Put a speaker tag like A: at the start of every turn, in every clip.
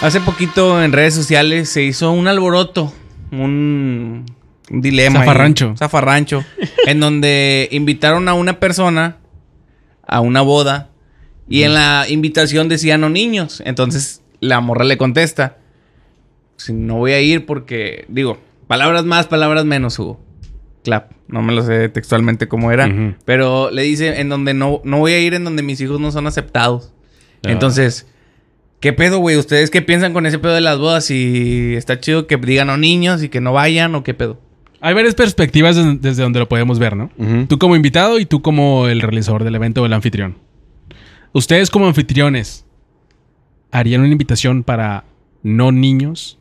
A: Hace poquito en redes sociales se hizo un alboroto, un un dilema. ahí,
B: Zafarrancho.
A: zafarrancho. en donde invitaron a una persona a una boda y en la invitación decían no niños. Entonces la morra le contesta, si no voy a ir porque, digo, palabras más, palabras menos, Hugo. Clap. No me lo sé textualmente cómo era.
C: Ujú.
A: Pero le dice en donde no, no voy a ir, en donde mis hijos no son aceptados.
C: Ah.
A: Entonces, ¿qué pedo, güey? ¿Ustedes qué piensan con ese pedo de las bodas? Si está chido que digan no niños y que no vayan o qué pedo.
B: Hay varias perspectivas des- desde donde lo podemos ver, ¿no?
C: Ujú.
B: Tú como invitado y tú como el realizador del evento o el anfitrión. Ustedes como anfitriones, ¿harían una invitación para no niños?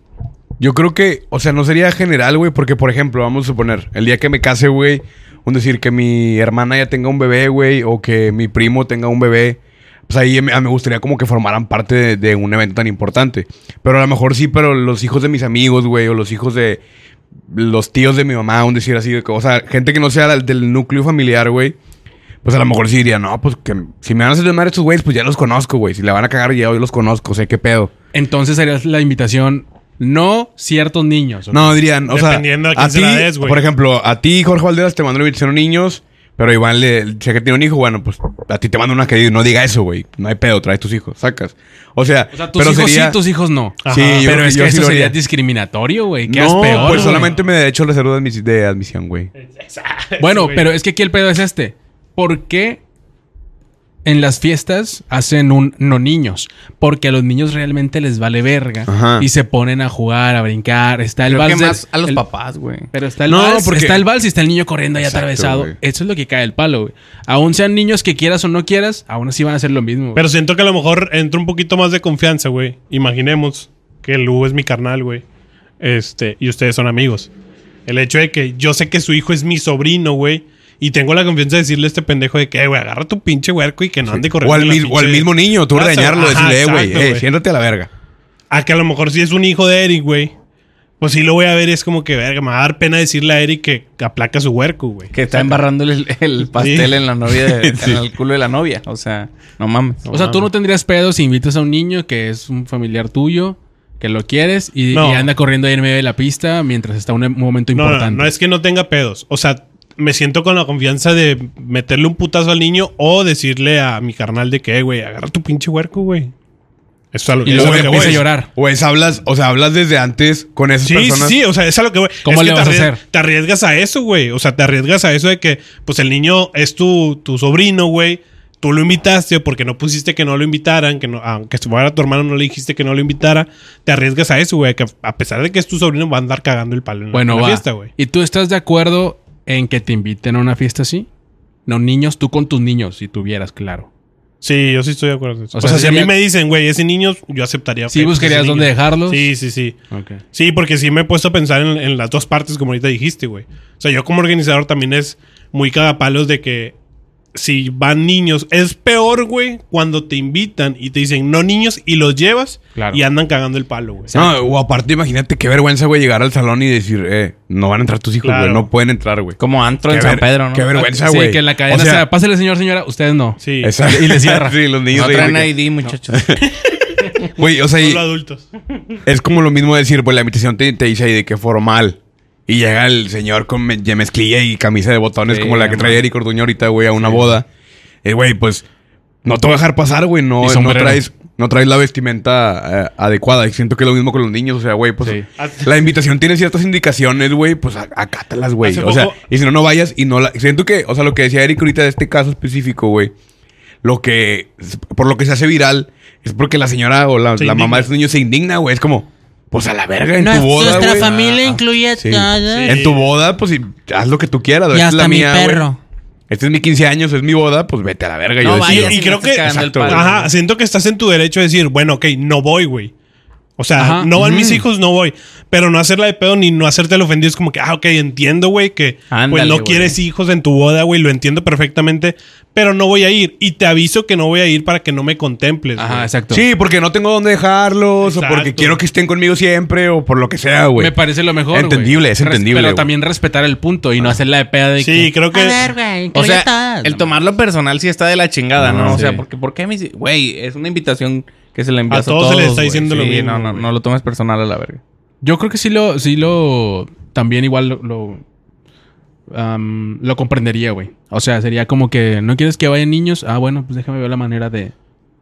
C: Yo creo que, o sea, no sería general, güey, porque, por ejemplo, vamos a suponer, el día que me case, güey, un decir que mi hermana ya tenga un bebé, güey, o que mi primo tenga un bebé, pues ahí me me gustaría como que formaran parte de, de un evento tan importante. Pero a lo mejor sí, pero los hijos de mis amigos, güey, o los hijos de los tíos de mi mamá, un decir así, de que- o sea, gente que no sea del- del núcleo familiar, güey. Pues a lo mejor sí diría, no, pues que si me van a hacer llamar estos güeyes, pues ya los conozco, güey. Si la van a cagar, ya yo los conozco, sé qué pedo.
B: Entonces harías la invitación no ciertos niños. ¿ok?
C: No, dirían, o sea,
D: Dependiendo a quién se
C: ti,
D: la des, güey.
C: Por ejemplo, a ti, Jorge Valderas, te mando una invitación a niños, pero Iván le, sé que tiene un hijo, bueno, pues a ti te mando una que no diga eso, güey. No hay pedo, traes tus hijos, sacas. O sea,
B: O sea, tus
C: pero
B: hijos
C: sería,
B: sí, tus hijos no.
C: Sí, yo-
B: pero es
C: yo
B: que
C: sí
B: eso
C: lo
B: sería
C: haría.
B: discriminatorio, güey. ¿Qué
C: No,
B: haces peor,
C: pues
B: güey?
C: solamente me he hecho el reserva de, admis- de admisión, güey.
B: Bueno, pero es que aquí el pedo es este. ¿Por qué en las fiestas hacen un no niños? Porque a los niños realmente les vale verga
C: Ajá.
B: y se ponen a jugar, a brincar. Está el
A: Creo
B: vals.
A: que
B: del-
A: más a los
B: el-
A: papás, güey.
B: Pero está el
C: No,
B: vals,
C: porque-
B: está el vals y está el niño corriendo ahí
C: Exacto,
B: atravesado.
C: güey.
B: Eso es lo que cae el palo, güey. Aún sean niños que quieras o no quieras, aún así van a hacer lo mismo. güey.
D: Pero siento que a lo mejor entra un poquito más de confianza, güey. Imaginemos que el Hugo es mi carnal, güey. Este, y ustedes son amigos. El hecho de que yo sé que su hijo es mi sobrino, güey. Y tengo la confianza de decirle a este pendejo de que, "Eh, güey, agarra tu pinche huerco y que no ande corriendo.
C: O al,
D: en la
C: mis- o al
D: pinche
C: mismo niño, tú
D: plaza".
C: regañarlo,
D: Ajá,
C: decirle, "Eh, güey,
D: exacto,
C: eh, siéntate a la verga.
D: A que a lo mejor si es un hijo de Eric, güey. Pues sí lo voy a ver y es como que, verga, me va a dar pena decirle a Eric que aplaca su huerco, güey.
A: Que está embarrando el, el pastel en la novia, de- en el culo de la novia. O sea, no mames.
B: o sea, tú no tendrías pedo si invitas a un niño que es un familiar tuyo, que lo quieres y,
D: No.
B: y anda corriendo ahí en medio de la pista mientras está un, un momento
D: No,
B: importante.
D: no, no es que no tenga pedos. O sea, me siento con la confianza de meterle un putazo al niño o decirle a mi carnal de que, "Eh, güey, agarra tu pinche huerco, güey. Eso es a lo,
B: Y
D: eso es
B: luego
D: a lo que
B: empieza
D: voy.
B: a llorar.
C: O es hablas, o sea, hablas desde antes con esas
D: Sí,
C: personas.
D: sí, sí, o sea, es a lo que voy.
B: ¿Cómo
D: Es
B: le
D: que
B: vas a
D: te arriesgas-
B: hacer?
D: Te arriesgas a eso, güey. O sea, te arriesgas a eso de que, pues el niño es tu, tu sobrino, güey. Tú lo invitaste porque no pusiste que no lo invitaran, que no, aunque fuera tu hermano no le dijiste que no lo invitara. Te arriesgas a eso, güey. Que a pesar de que es tu sobrino, va a andar cagando el palo en la-
B: Bueno,
D: en la
B: va.
D: fiesta, güey.
B: ¿Y tú estás de acuerdo en que te inviten a una fiesta así? No, niños, tú con tus niños, si tuvieras, claro.
D: Sí, yo sí estoy de acuerdo con
B: O
D: eso. O
B: sea,
D: sea, si
B: sería-
D: a mí me dicen, güey, ese niño, yo aceptaría.
B: Sí
D: ok, pues,
B: buscarías
D: ese
B: dónde
D: niño.
B: dejarlos.
D: Sí, sí, sí.
B: Ah,
D: Sí, porque sí me he puesto a pensar en, en las dos partes, como ahorita dijiste, güey. O sea, yo como organizador también es muy cagapalos de que si van niños, es peor, güey, cuando te invitan y te dicen no niños y los llevas
B: Claro.
D: y andan cagando el palo, güey.
C: No, o aparte, imagínate qué vergüenza, güey, llegar al salón y decir, eh, no van a entrar tus hijos, güey,
D: Claro.
C: no pueden entrar, güey.
A: Como antro en
C: Qué
A: San
C: ver-
A: Pedro, ¿no?
C: Qué vergüenza,
B: sí,
C: güey.
B: que en la cadena
C: O sea,
B: sea, pásale señor, señora, ustedes no.
D: Sí,
C: Exacto. Y le cierra. sí, los niños
A: No
C: ahí
A: traen
C: de que-
A: ID, muchachos.
C: Güey, o sea, y
D: solo adultos.
C: es como lo mismo decir, pues la invitación te, te dice ahí de que formal. Y llega el señor con me- ya mezclilla y camisa de botones
A: Sí,
C: como la que
A: mamá.
C: trae Eric Orduño ahorita, güey, a una boda. Eh, güey, pues no te voy a dejar pasar, güey. No,
B: Y
C: no,
B: sombrero.
C: traes, no traes la vestimenta eh, adecuada. Y siento que es lo mismo con los niños. O sea, güey, pues
D: Sí.
C: la invitación tiene ciertas indicaciones, güey. Pues a- acátalas, güey.
D: Hace
C: O sea,
D: poco-
C: y si no, no vayas y no la... Siento que, o sea, lo que decía Eric ahorita de este caso específico, güey. Lo que... Por lo que se hace viral es porque la señora o la,
D: Se
C: la mamá
D: indigna.
C: de esos niños se indigna, güey. Es como... Pues a la verga, en tu boda,
E: Nuestra
C: güey.
E: familia incluye a
C: Sí.
E: todos.
C: En tu boda, pues y haz lo que tú quieras.
E: Y
C: Esta es
E: hasta
C: la
E: mi
C: mía, güey.
E: perro.
C: Este es mi 15 años, es mi boda, pues vete a la verga.
A: No
C: yo decido.
A: vayas. Sí, no
D: Y creo
A: estés
D: que...
A: cagando el
D: Exacto,
A: palo,
D: Ajá,
A: güey.
D: siento que estás en tu derecho de decir, bueno, ok, no voy, güey. O sea,
B: Ajá.
D: no van mis hijos, no voy. Pero no hacerla de pedo ni no hacerte el ofendido es como que, ah, ok, entiendo, güey, que pues
A: Ándale,
D: no
A: güey.
D: quieres hijos en tu boda, güey, lo entiendo perfectamente, pero no voy a ir. Y te aviso que no voy a ir para que no me contemples.
B: Ajá,
D: güey.
B: exacto.
C: Sí, porque no tengo dónde dejarlos, o porque
D: Exacto.
C: quiero que estén conmigo siempre, o por lo que sea, güey.
B: Me parece lo mejor. güey.
C: Entendible, es
B: Res-
C: entendible,
B: Pero
C: güey.
B: también respetar el punto y no hacer la de peda de
D: Sí,
B: que-
D: creo que.
A: O sea, el tomarlo personal sí está de la chingada, ¿no?
B: No,
A: O sea,
B: sí.
A: porque ¿por qué me dice, güey, es una invitación que se le envía a,
D: A todos se les está
A: güey.
D: diciendo lo
A: Sí,
D: mismo,
A: No, no,
D: güey.
A: no lo tomes personal a la verga.
B: Yo creo que sí lo, sí lo, también igual lo, lo, am, lo comprendería, güey. O sea, sería como que, ¿no quieres que vayan niños? Ah, bueno, pues déjame ver la manera de,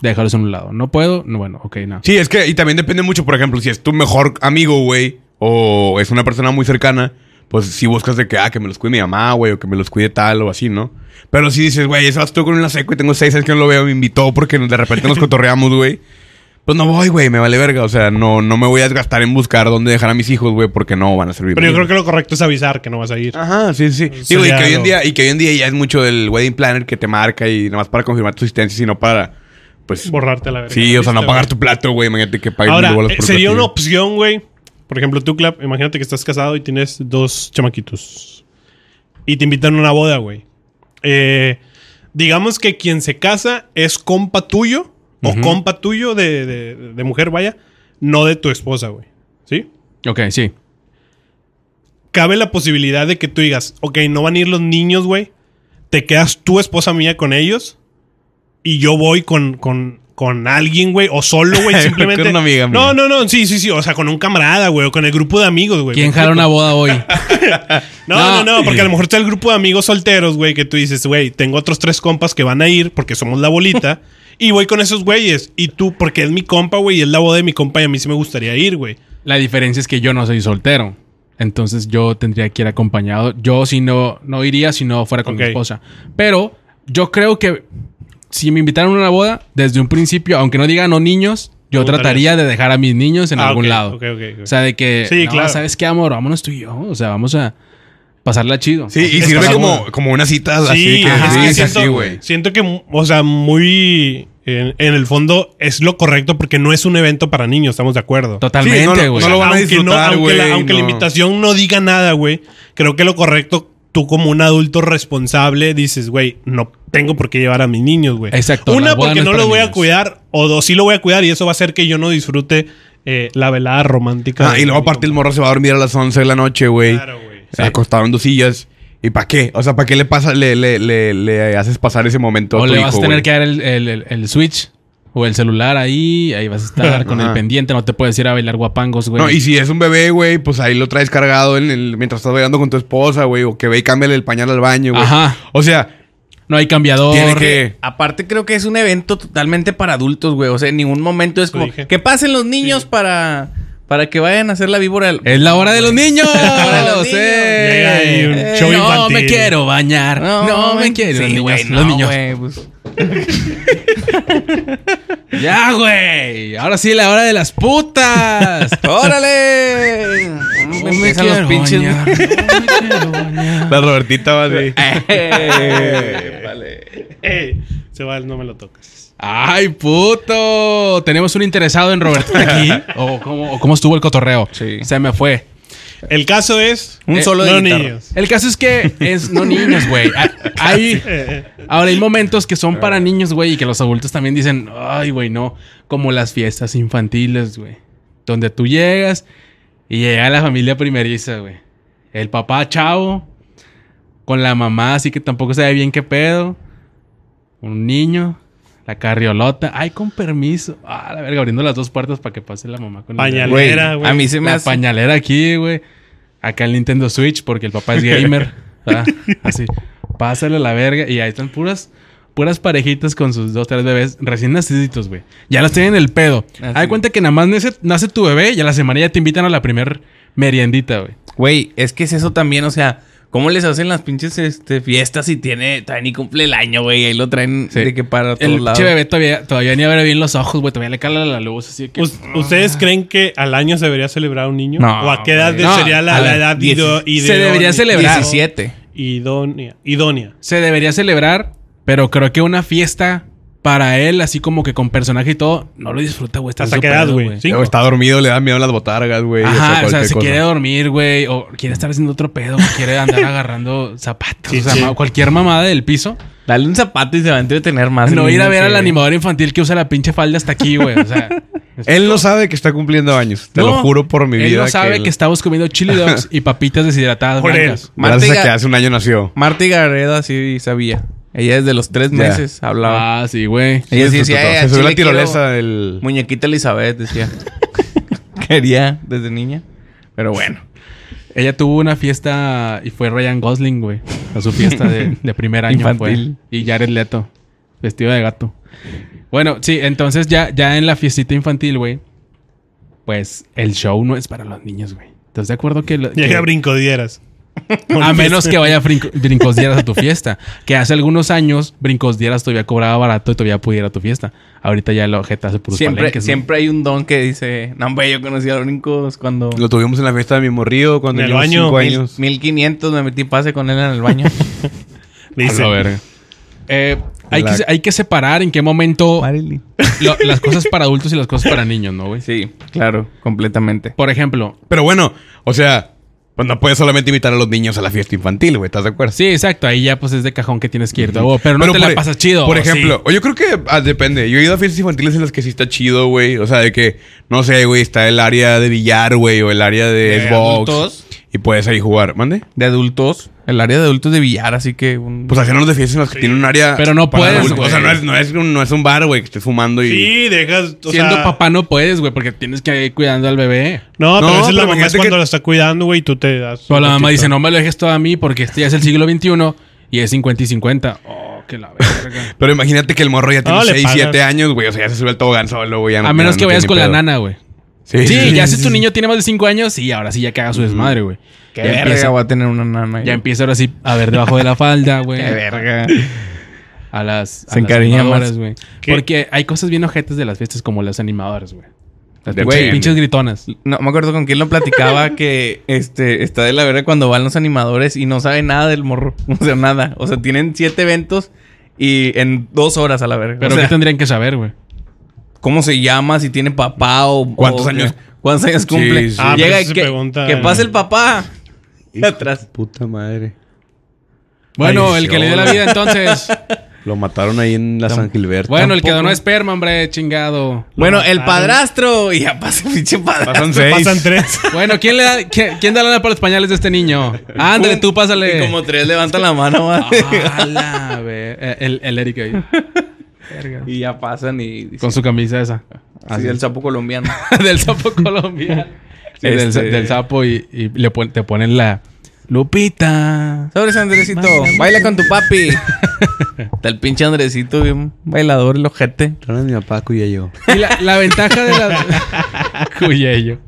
B: de dejarlos a un lado. No puedo, no, bueno, ok, no.
C: Sí, es que, y también depende mucho, por ejemplo, si es tu mejor amigo, güey, o es una persona muy cercana, pues si buscas de que, ah, que me los cuide mi mamá, güey, o que me los cuide tal, o así, ¿no? Pero si dices, güey, eso estoy con una seco y tengo seis años que no lo veo, me invitó porque de repente nos cotorreamos, güey. Pues no voy, güey, me vale verga. O sea, no, no me voy a desgastar en buscar dónde dejar a mis hijos, güey, porque no van a servir.
D: Pero yo creo que lo correcto es avisar que no vas a ir.
C: Ajá, sí, sí. Digo, y
D: Sería
C: que, hoy en
D: lo-
C: día, y que hoy en día ya es mucho del wedding planner que te marca y nada más para confirmar tu asistencia, sino para, pues...
D: Borrarte la verga.
C: Sí, o sea, no
D: Lista,
C: pagar
D: güey.
C: tu plato, güey. Imagínate que pagues
D: Ahora,
C: mil bolas
D: eh,
C: por un
D: sería una
C: platillo.
D: opción, güey. Por ejemplo, tú, Clap, imagínate que estás casado y tienes dos chamaquitos. Y te invitan a una boda, güey. Eh, digamos que quien se casa es compa tuyo o compa tuyo de, de- de mujer, vaya, no de tu esposa, güey. ¿Sí?
B: Ok, sí.
D: Cabe la posibilidad de que tú digas, ok, no van a ir los niños, güey. Te quedas tú, esposa mía, con ellos. Y yo voy con, con, con alguien, güey. O solo, güey, simplemente.
C: Con una amiga mía.
D: No, no, no. Sí, sí, sí. O sea, con un camarada, güey. O con el grupo de amigos, güey.
B: ¿Quién jala una boda hoy?
D: No, no,
B: No.
D: no, porque a lo mejor está el grupo de amigos solteros, güey, que tú dices, güey, tengo otros tres compas que van a ir porque somos la bolita. y voy con esos güeyes. Y tú, porque es mi compa, güey, y es la boda de mi compa y a mí sí me gustaría ir, güey.
B: La diferencia es que yo no soy soltero. Entonces yo tendría que ir acompañado. Yo si no, no iría si no fuera con
D: Ok.
B: mi esposa. Pero yo creo que si me invitaron a una boda, desde un principio, aunque no digan no niños, yo
D: Preguntarías.
B: trataría de dejar a mis niños en
D: Ah,
B: algún
D: ok,
B: lado.
D: ok, ok, ok.
B: O sea, de que,
D: Sí,
B: no,
D: claro.
B: ¿sabes qué, amor? Vámonos tú y yo. O sea, vamos a pasarla chido.
C: Sí, y
B: Es
C: sirve
B: pasar
C: como,
B: boda.
C: como una cita así.
D: Sí,
C: Que,
D: ajá,
C: sí,
D: es que
C: es así,
D: siento,
C: güey.
D: siento que, o sea, muy en, en el fondo es lo correcto porque no es un evento para niños, estamos de acuerdo.
C: Sí, no,
B: Totalmente,
C: no,
B: güey.
C: no lo van a
D: aunque no,
C: disfrutar,
D: aunque,
C: güey.
D: la, aunque la
C: no.
D: invitación no diga nada, güey, creo que lo correcto, tú como un adulto responsable dices, güey, no tengo por qué llevar a mis niños, güey.
B: Exacto, la
D: Una,
B: boda
D: porque
B: no es
D: no,
B: para
D: lo voy a
B: niños.
D: cuidar, o dos, sí lo voy a cuidar y eso va a hacer que yo no disfrute eh, la velada romántica.
C: Ah,
D: de-
C: y luego
D: de mi
C: aparte el
D: compa.
C: morro se va a dormir a las 11 de la noche, güey.
D: Claro, güey.
C: Sí. Acostado en dos sillas. ¿Y para qué? O sea, ¿para qué le pasa, le, le, le, le haces pasar ese momento
B: O
C: a tu
B: le
C: hijo,
B: vas a tener
C: güey?
B: que dar el, el- el- el switch o el celular ahí. Ahí vas a estar con el
C: Ajá.
B: pendiente. No te puedes ir a bailar guapangos, güey.
C: No, y si es un bebé, güey, pues ahí lo traes cargado en el, mientras estás bailando con tu esposa, güey. O que ve y cámbiale el pañal al baño, güey.
B: Ajá.
C: O sea,
B: No hay cambiador.
C: tiene que...
A: Aparte creo que es un evento totalmente para adultos, güey. O sea, en ningún momento es
D: Lo
A: como
D: dije.
A: que pasen los niños para para que vayan a hacer la víbora. del-
B: Es la hora de los niños.
A: hora de los
B: Sí.
A: niños. Llega
D: ahí un
B: Eh,
D: show
B: no
D: infantil.
B: me quiero bañar. No, me
A: güey.
B: quiero.
A: Sí,
B: los niños.
A: güey,
B: los
A: no,
B: niños.
A: güey, pues.
B: Ya, güey. Ahora sí, la hora de las putas.
A: ¡Órale! Empiezan los pinches.
C: La Robertita va así.
A: Eh, vale.
D: Ey, se va, no me lo toques.
B: Ay, puto. Tenemos un interesado en Roberto aquí. ¿O cómo, o cómo estuvo el cotorreo?
A: Sí.
B: Se me fue.
D: El caso es...
A: Un
D: Eh,
A: solo de
D: no
A: guitarra.
D: niños.
B: El caso es que es no niños, güey. Ah, Hay, ahora hay momentos que son para niños, güey, y que los adultos también dicen, ay, güey, no. Como las fiestas infantiles, güey. Donde tú llegas y llega la familia primeriza, güey. El papá chavo, con la mamá, así que tampoco sabe bien qué pedo. Un niño, la carriolota. Ay, con permiso. Ah, la verga, abriendo las dos puertas para que pase la mamá con el bebé.
D: Pañal.
A: Güey,
D: Era, güey.
A: a mí se me
B: La
A: hace...
B: pañalera aquí, güey. Acá el Nintendo Switch, porque el papá es gamer. ¿verdad? Así. Pásale a la verga. Y ahí están puras, puras parejitas con sus dos, tres bebés recién naciditos, güey. Ya las tienen el pedo.
A: Así
B: Hay
A: es.
B: cuenta que nada más nace, nace tu bebé y a la semana ya te invitan a la primer meriendita, güey.
A: Güey, es que es eso también, o sea, ¿cómo les hacen las pinches este, fiestas si tiene, traen y cumple el año, güey? Ahí lo traen
B: Sí.
A: de que para todos
B: El
A: lados.
B: che bebé todavía, todavía ni abre bien los ojos, güey. Todavía le cala la luz, así que...
A: Pues,
D: Us- ¿Ustedes creen que al año se debería celebrar un niño?
A: No,
D: ¿O a qué edad
A: güey.
D: de-
B: No,
D: sería la,
B: a
D: la
B: ver,
D: edad
A: dieci-
D: ido-
B: se
D: ideoni-
B: debería celebrar.
A: 17.
D: Idónea. Idónea.
B: Se debería celebrar, pero creo que una fiesta para él, así como que con personaje y todo, no lo disfruta, güey. Está en
D: Hasta
B: su
D: qué edad,
B: pedo,
D: güey. Sí.
C: Luego está dormido, le dan miedo las botargas, güey.
B: Ajá, o sea,
C: cualquier
B: se
C: cosa.
B: quiere dormir, güey, o quiere estar haciendo otro pedo, o quiere andar agarrando zapatos,
D: Sí,
B: o sea,
D: sí.
B: ma- cualquier mamada del piso.
A: Dale un zapato y se va a entretener más.
B: No
A: el
B: ir a
A: niño,
B: ver
A: sí.
B: al animador infantil que usa la pinche falda hasta aquí, güey. O sea,
C: Él no sabe que está cumpliendo años. Te
B: No,
C: lo juro por mi vida.
B: Él no sabe que,
C: él-
B: estamos comiendo chili dogs y papitas deshidratadas
D: Por él.
B: blancas.
C: Gracias
A: Martiga-
C: a que hace un año nació.
A: Marta Gareda sí sabía. Ella desde los tres
C: Ya.
A: meses hablaba.
B: Ah, sí, güey.
A: Ella sí
C: Se
A: decía, "Eh, al
C: subió la
A: chile quiero
C: tirolesa del.
A: Muñequita Elizabeth, decía. Quería desde niña. Pero bueno.
B: Ella tuvo una fiesta y fue Ryan Gosling, güey. A su fiesta de, de primer año
A: Infantil.
B: fue. Y Jared Leto, vestido de gato. Bueno, sí, entonces ya, ya en la fiestita infantil, güey, pues el show no es para los niños, güey. ¿Estás de acuerdo que, lo- que-
D: Llega a brincodieras.
B: a menos que vaya brinco- Brincos Dieras a tu fiesta? Que hace algunos años Brincos Dieras todavía cobraba barato y todavía pudiera a tu fiesta. Ahorita ya la ojeta hace puros
A: Siempre,
B: palenques, güey.
A: siempre hay un don que dice, no, hombre, yo conocí a los brincos cuando...
C: Lo tuvimos en la fiesta de mi morrido cuando
D: En el
C: teníamos
D: baño,
C: cinco
D: mil-
C: años.
A: 1500 me metí pase con él en el baño.
D: Dice,
B: A la verga. Eh, hay,
C: La-
B: que, hay que separar en qué momento lo- las cosas para adultos y las cosas para niños, ¿no, güey?
A: sí, claro, completamente.
B: Por ejemplo,
C: Pero bueno, o sea, pues no puedes solamente invitar a los niños a la fiesta infantil, güey. ¿Estás de acuerdo?
B: sí, exacto, ahí ya pues es de cajón que tienes que ir, güey, pero no te la
C: por- e-
B: pasas chido.
C: Por
B: sí.
C: ejemplo, o yo creo que ah, depende. Yo he ido a fiestas infantiles en las que sí está chido, güey. O sea, de que, no sé, güey, está el área de billar, güey, o el área de,
A: ¿De
C: Xbox.
A: adultos?
C: Y puedes ahí jugar. ¿Mande?
A: De adultos, el área de adultos de billar, así que... un-
C: Pues hacían de fiestas en las que tienen un área.
B: Pero no
C: para
B: puedes,
C: adultos. O sea, no
B: güey.
C: es, no es un, no es un bar, güey, que estés fumando y.
D: Sí, dejas. o
B: siendo
D: sea,
B: papá no puedes, güey, porque tienes que ir cuidando al bebé.
D: No, pero
C: No,
D: a veces
C: pero
D: la mamá es
C: imagínate
D: cuando
C: que-
D: la está cuidando, güey, y tú te das.
B: Pero la
D: un
B: mamá
D: ratito.
B: dice, no me lo dejes todo a mí porque este ya es el siglo XXI y es 50 y 50. Oh, que la verga.
C: Pero imagínate que el morro ya tiene
D: No, le
C: 6,
D: pagas.
C: 7 años, güey. O sea, ya se sube al tobogán solo, güey. ya no-
B: a menos
C: ya no
B: que vayas
C: tiene
B: con la
C: pedo.
B: nana, güey.
C: Sí,
B: Sí, ya si tu niño tiene más de 5 años, sí, ahora sí ya que haga su desmadre, güey.
A: Qué
B: Ya empieza-
A: verga va a tener una nana.
B: Ya empieza ahora sí a ver debajo de la falda, güey.
A: Qué verga.
B: A las,
A: Se
B: a las
A: encariña
B: animadoras,
A: más.
B: güey.
D: ¿Qué?
B: Porque hay cosas bien ojetes de las fiestas como las animadoras, güey. Las
C: Depende.
B: pinches, pinches gritonas.
A: No me acuerdo con quién lo platicaba que este está de la verga cuando van los animadores y no sabe nada del morro. O sea, nada. O sea, tienen siete eventos y en dos horas a la verga. o
B: Pero
A: sea,
B: ¿qué tendrían que saber, güey?
A: cómo se llama, si tiene papá o
C: ¿Cuántos
A: o-
C: años?
A: ¿Cuántos años cumple?
C: Sí, sí.
D: Ah, pero
A: Llega y
D: eso se
A: que,
D: pregunta
A: que
D: en-
A: pase el papá.
C: Hijo de
A: atrás.
C: Puta madre.
B: Bueno,
C: Ay,
B: el que
C: sí,
B: le dio la
C: güey.
B: vida entonces.
A: Pues
C: Lo mataron ahí en la San Gilberto.
B: Bueno, el que donó esperma, hombre, chingado.
A: Bueno, el
D: mataron.
A: padrastro. Y ya pasa el pinche padrastro.
C: Pasan seis.
D: Pasan tres.
B: Bueno, ¿quién le da, qui- quién da lana para los pañales de este niño? Ándale, tú
A: Y
B: pásale.
A: como tres levantan la mano, madre.
B: A la ver- eh, el, el Eric ahí. Verga.
A: Y ya pasan y.
B: Con su camisa esa.
A: Así del sapo colombiano.
B: del sapo colombiano. Sí, del,
A: Este-
B: del sapo y, y le pon- te ponen la Lupita.
A: Sobres, Andresito. Baila con tu papi. Está el pinche Andresito, bien bailador, el ojete.
C: Ronan mi papá, cuya yo.
B: Y la, la ventaja de la. Cuyello.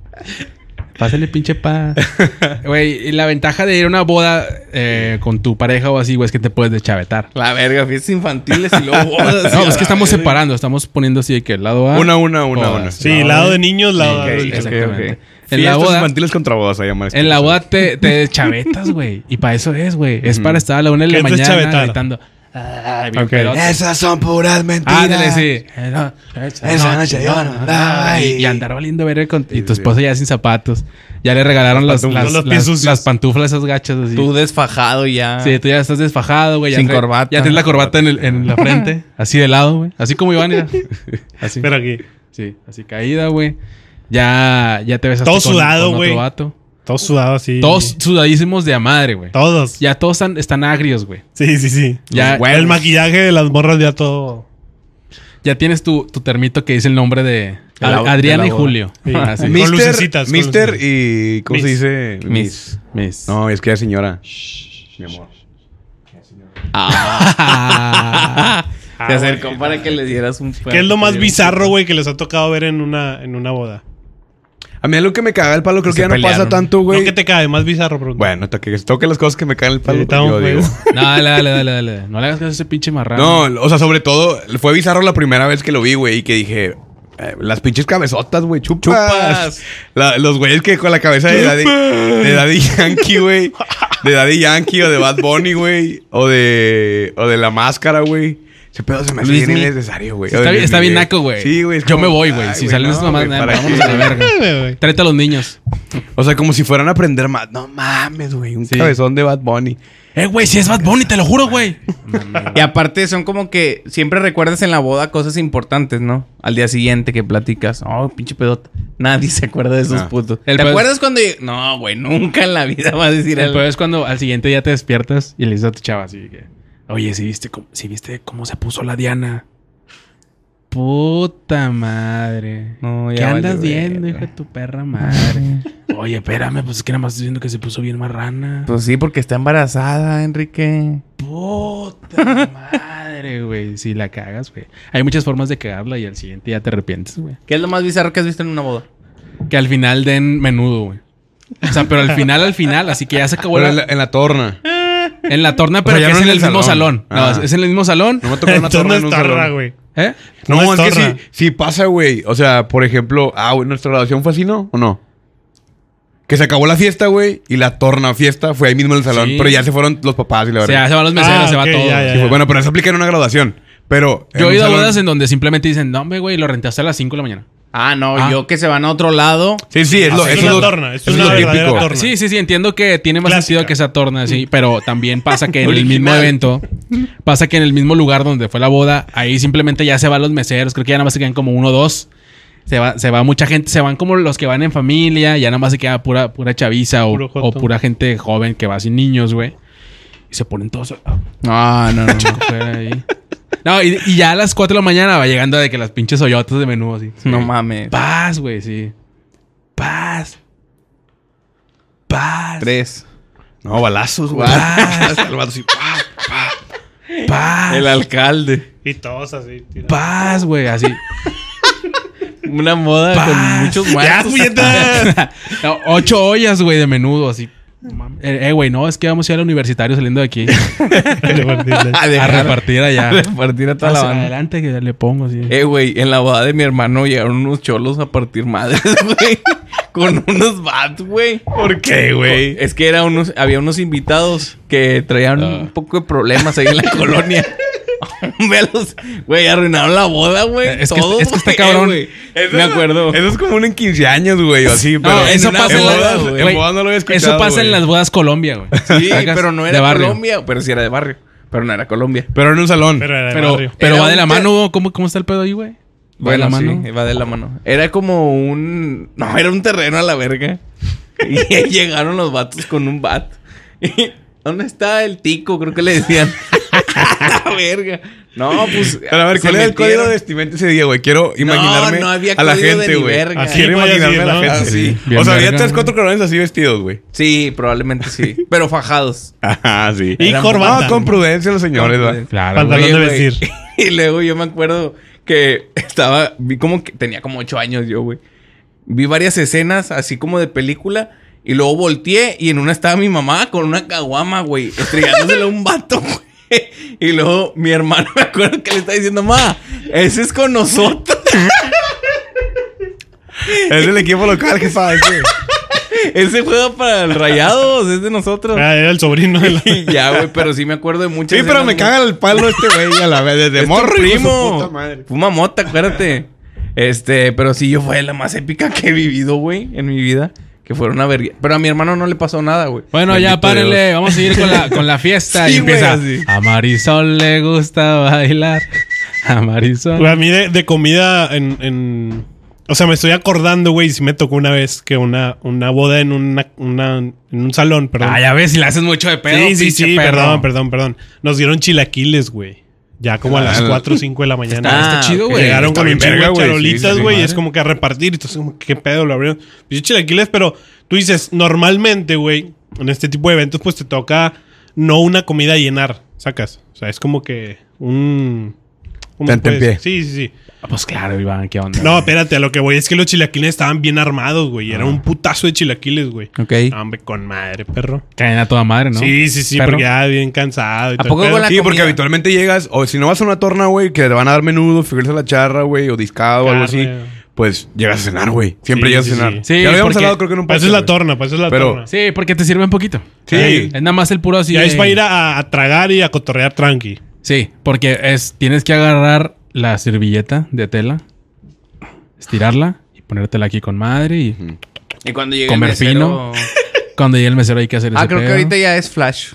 B: Pásale pinche pa. Güey, y la ventaja de ir a una boda eh, con tu pareja o así, güey, es que te puedes deschavetar.
A: La verga, fiestas infantiles y luego bodas.
B: No, es que estamos separando, estamos poniendo así de que el lado A.
C: Una, una, una,
B: Bodas.
C: una.
D: Sí, lado de niños, lado de
A: Ok,
D: adultos.
A: ok.
B: Exactamente. En la
C: Fiestas
B: boda.
C: infantiles contra bodas, se llama. este.
B: En la boda te, te deschavetas, güey. Y para eso es, güey. Es para estar a la una de
D: ¿Qué
B: la
D: es
B: mañana
D: deschavetar?
B: gritando. Ay, bien
A: Ok.
B: pedote.
E: Esas son puras mentiras.
B: Ándale, sí. Esa
E: noche yo no andaba
B: Y,
E: ahí.
B: y andar valiendo verga con... Y tu esposa ya sin zapatos. Ya le regalaron las,
D: Las pantuflas,
B: las,
D: los pies
B: las-
D: sucios.
B: las pantuflas esas gachas así.
A: Tú desfajado ya.
B: Sí, tú ya estás desfajado, güey. ya
A: Sin
B: trae-
A: corbata.
B: Ya tienes la corbata en, el- en la frente. así de lado, güey. Así como Iván. mira. Así.
D: Pero aquí.
B: Sí, así caída, güey. Ya, ya te ves
D: Todo sudado, güey.
B: vato.
D: Todos sudados así.
B: Todos sudadísimos de a madre, güey.
D: Todos.
B: Ya todos están, están agrios, güey.
D: Sí, sí, sí.
B: Ya,
D: El maquillaje de las morras ya todo.
B: ya tienes tu, tu termito que dice el nombre de,
A: De la-
B: Ad- Adriana
A: de la
B: y
A: boda.
B: Julio. Ah,
D: Sí.
B: Así.
D: Mi- Con lucecitas,
C: Mister, Mister
D: con lucecitas.
C: y... ¿Cómo se
D: Miss.
C: dice?
A: Miss.
B: Mis.
C: No, es que ya es señora. Mi amor.
B: Ah.
A: Se acercó para que le dieras un.
D: ¿Qué Ah, es lo más bizarro, güey, que les ha tocado ver en una, en una boda?
C: A mí lo que me caga el palo creo que
A: Se
C: ya no
A: pelearon.
C: pasa tanto, güey.
D: No, ¿qué te cae? Más bizarro, pregunta.
C: Bueno, hasta que toque las cosas que me cagan el palo.
D: Ahorita vamos,
C: yo digo.
D: güey.
B: No, dale, dale, dale, dale. No le hagas caso a ese pinche marrano.
C: No, o sea, sobre todo, fue bizarro la primera vez que lo vi, güey, y que dije, eh, las pinches cabezotas, güey, chupas.
A: Chupas.
C: La- los güeyes que con la cabeza de Daddy, de Daddy Yankee, güey, de Daddy Yankee o de Bad Bunny, güey, o de, o de la máscara, güey. Ese pedo se me hace
A: Luis
C: bien
A: Mi.
C: innecesario, güey.
B: Sí, está,
C: O de
B: bien-
C: Luis
B: está bien
C: Miguel.
B: naco, güey.
C: Sí, güey. es
B: Yo
C: como,
B: me voy, güey.
C: ay,
B: Si salen
C: no,
B: esas mamadas,
C: güey,
B: nada,
C: ¿para
B: vámonos
C: qué?
B: a la verga.
D: güey.
B: Tráete a los niños.
C: O sea, como si fueran a aprender más. No mames, güey. Un cabezón de Bad Bunny.
B: Eh, güey, si es Bad Bunny, te lo juro, güey.
A: Y aparte son como que siempre recuerdas en la boda cosas importantes, ¿no? Al día siguiente que platicas. Oh, pinche pedota. Nadie se acuerda de esos
C: No.
A: putos.
B: Ah. El
A: ¿Te
B: pedo-
A: acuerdas cuando... yo- No, güey. Nunca en la vida vas a decir
B: El
A: algo.
B: peor es cuando al siguiente día te despiertas y le dices a tu chava así que, oye, si viste cómo, si viste cómo se puso la Diana. Puta madre.
A: No, ya
B: ¿Qué
A: valió
B: andas
A: verga.
B: viendo, hijo de tu perra madre? oye, espérame, pues es que nada más estoy diciendo que se puso bien marrana.
A: Pues sí, porque está embarazada, Enrique.
B: Puta madre, güey. Si la cagas, güey. Hay muchas formas de cagarla y al siguiente día te arrepientes, güey.
A: ¿Qué es lo más bizarro que has visto en una boda?
B: Que al final den menudo, güey. O sea, pero al final, al final, así que ya se acabó
C: Pero
B: la,
C: en la, en la torna.
B: En la torna, pero
C: O sea, ya no
B: que es
C: en
B: en el,
C: el
B: mismo salón.
C: salón. Ah.
B: No, es en el mismo salón.
C: No me tocó una
D: Entonces
C: torna
D: no
C: en
D: es
C: un
D: torra,
C: salón.
D: güey.
B: ¿Eh?
C: No,
D: No es
C: es, que
D: torna.
C: sí, sí pasa, güey. O sea, por ejemplo, ah, güey, nuestra graduación fue así, ¿no? ¿O no? Que se acabó la fiesta, güey, y la torna fiesta fue ahí mismo en el salón,
B: Sí.
C: pero ya se fueron los papás y la
B: O sea,
C: verdad.
B: se van los meseros,
D: Ah,
B: se va
D: ok,
B: todo.
D: ya, ya,
C: Sí, fue- bueno, pero eso aplica en una graduación. Pero. en
B: Yo he
C: un
B: ido a
C: salón-
B: bodas en donde simplemente dicen, no, hombre, güey, lo renté hasta las 5 de la mañana.
A: Ah, no.
B: Ah.
A: Yo que se van a otro lado.
C: Sí, sí, es
D: Ah,
C: lo.
D: sí, es
C: eso
D: una
C: lo-
D: torna, es
C: eso
D: una
C: lo
D: verdadera
C: típico.
D: torna.
B: Sí, sí, sí, entiendo que tiene más
D: Clásica. Mm.
B: sentido que esa torna, sí, pero también pasa que en el mismo evento, pasa que en el mismo lugar donde fue la boda, ahí simplemente ya se van los meseros, creo que ya nada más se quedan como uno o dos. Se va, se va mucha gente, se van como los que van en familia, ya nada más se queda pura, pura chaviza o,
D: Puro joto.
B: o pura gente joven que va sin niños, güey. Y se ponen todos. ah,
A: No, no, no.
B: fuera ahí. No, y, y ya a las 4 de la mañana va llegando de que las pinches hoyotas de menudo así.
A: no mames.
B: Paz, güey, sí. Paz. Paz.
A: Tres.
C: No, balazos, güey.
B: Paz.
C: Hasta el vato así, "Ah, pa, pa.
B: Paz.
A: El alcalde.
D: Y todos así. tirados.
B: Paz, güey, así.
A: Una moda
B: Paz.
A: con muchos
D: ¡Ya,
A: muertos.
D: puñetas!
B: No, ocho ollas, güey, de menudo, así. No mames. Eh, eh, güey, no, es que vamos a ir al universitario saliendo de aquí.
A: a,
B: A
A: dejar-
B: repartir allá.
A: a repartir a toda la
B: Hacia
A: banda.
B: Adelante que le pongo, sí.
A: Eh, güey, en la boda de mi hermano llegaron unos cholos a partir madres, güey. con unos bats, güey. ¿Por
C: qué, güey?
A: Es que era unos, había unos invitados que traían un poco de problemas ahí en la colonia. Velos, güey, arruinaron la boda, güey.
B: Eh, es que-
A: Todo,
B: es que está
A: güey,
B: cabrón.
A: güey.
C: Eso
A: Me
C: es-
A: acuerdo.
C: Eso es como un en 15 años, güey, o así. Pero
A: eso
C: en
A: pasa en la-
C: bodas,
A: güey.
C: en bodas no lo había escuchado.
B: Eso pasa
C: güey.
B: en las bodas Colombia, güey.
A: Sí,
B: Sacas
A: pero no
B: de
A: era
B: barrio.
A: Colombia. Pero sí era de barrio. Pero no era Colombia.
C: Pero en un salón.
D: Pero era de
B: Pero,
D: barrio.
B: pero
A: Era
B: va de
A: un
B: la
A: te-
B: mano, ¿cómo, cómo está el pedo ahí, güey? Va de
A: Bueno,
B: la mano.
A: sí, va de la mano. Era como un... No, era un terreno a la verga. Y ahí llegaron los vatos con un bat. Y, ¿Dónde está el tico? Creo que le decían. a la verga. No, pues...
C: Pero a ver,
A: se
C: ¿cuál era el
A: metieron.
C: código de vestimenta ese día, güey? Quiero imaginarme
A: no había
C: a la
A: código de
C: gente,
A: ni
C: güey.
A: verga.
D: Así
C: Quiero
D: voy a decir,
C: imaginarme a la
D: ¿no?
C: gente.
A: Así.
B: Bien
C: O sea, había
B: verga,
C: tres,
B: güey.
C: cuatro cabrones así vestidos, güey.
A: Sí, probablemente sí. Pero fajados.
C: Ajá, sí.
D: Y
C: Eran-
D: corbata.
C: No, con prudencia los señores, ¿verdad?
B: Claro, güey.
D: Pantalón de
A: Oye, güey.
D: vestir.
A: Y luego yo me acuerdo que estaba, vi como que tenía como ocho años yo, güey. Vi varias escenas así como de película y luego volteé y en una estaba mi mamá con una caguama, güey, estrellándosela a un vato, güey. Y luego mi hermano me acuerdo que le está diciendo, ma, ese es con nosotros.
C: Es del equipo local, jefa. ese.
A: Ese juega para el rayados, es de nosotros.
D: Ah, Era el sobrino de la...
A: Y ya, güey, pero sí me acuerdo de muchas
C: Sí, pero
A: escenas,
C: me
A: güey.
C: caga el palo este güey a la vez. Desde
A: Es tu
C: morro, hijo de su
A: primo.
C: puta madre.
A: Fuma mota, acuérdate. Este, pero sí, yo fue la más épica que he vivido, güey, en mi vida. Que fueron una verga. Pero a mi hermano no le pasó nada, güey.
B: Bueno, ya
C: Bendito
B: párenle, vamos a seguir con la, con la fiesta.
C: Sí,
B: y empieza.
C: güey, así.
B: A Marisol le gusta bailar. A Marisol.
D: Güey, a mí de, de comida en, en- O sea, me estoy acordando, güey, si me tocó una vez que una, una boda en, una, una- en un salón, perdón.
B: Ah, ya ves, si le haces mucho de pedo.
D: sí, sí,
B: pinche
D: sí,
B: perro.
D: perdón, perdón, perdón. Nos dieron chilaquiles, güey. Ya como a las
C: Claro.
D: 4 o 5 de la mañana.
B: Está chido,
A: ok.
B: güey.
D: Llegaron
C: Ah, está
D: con
C: bien
D: un chingo
C: verga,
D: de
C: güey. Sí,
D: charolitas,
C: sí,
D: güey, y
C: madre.
D: es como que a repartir. Entonces, como, qué pedo lo abrieron. Pues chilaquiles, pero tú dices, normalmente, güey, en este tipo de eventos, pues te toca no una comida llenar, sacas. O sea, es como que un. ¿cómo se
C: Tente en
D: puede
C: pie.
D: decir? Sí, sí, sí.
B: Ah, Pues claro, Iván, ¿qué onda?
D: No, espérate, a lo que voy es que los chilaquiles estaban bien armados, güey.
C: Ah.
D: Era un putazo de chilaquiles, güey.
A: Ok.
D: No, hombre, con madre, perro.
B: Caen a toda madre, ¿no?
D: Sí, sí, sí,
B: Perro.
D: porque ya bien cansado. Y
A: ¿A
D: todo el
A: poco
D: pedo.
A: con la
C: Sí, porque
A: comida?
C: habitualmente llegas, o si no vas a una torna, güey, que te van a dar menudo, figuras a la charra, güey, o discado o algo así,
D: Carne.
C: pues llegas a cenar, güey. Siempre
D: Sí,
C: llegas
D: sí,
C: a cenar.
D: sí.
B: Sí,
C: ya lo habíamos
B: porque-
C: hablado, creo que en un
D: Para eso
C: podcast,
D: pues es la
C: güey.
D: torna, para eso es la
C: Pero-
D: torna.
B: Sí, porque te sirven poquito.
C: Sí.
B: Es nada más el puro así.
D: Ya
B: de-
D: es para ir a, a tragar y a cotorrear tranqui.
B: Sí, porque es, tienes que agarrar la servilleta de tela, estirarla y ponértela aquí con madre. Y
A: Y cuando llegue
B: Comer
A: el mesero-
B: cuando llegue el mesero hay que hacer ese
A: Ah, creo que
B: pedo.
A: ahorita ya es flash.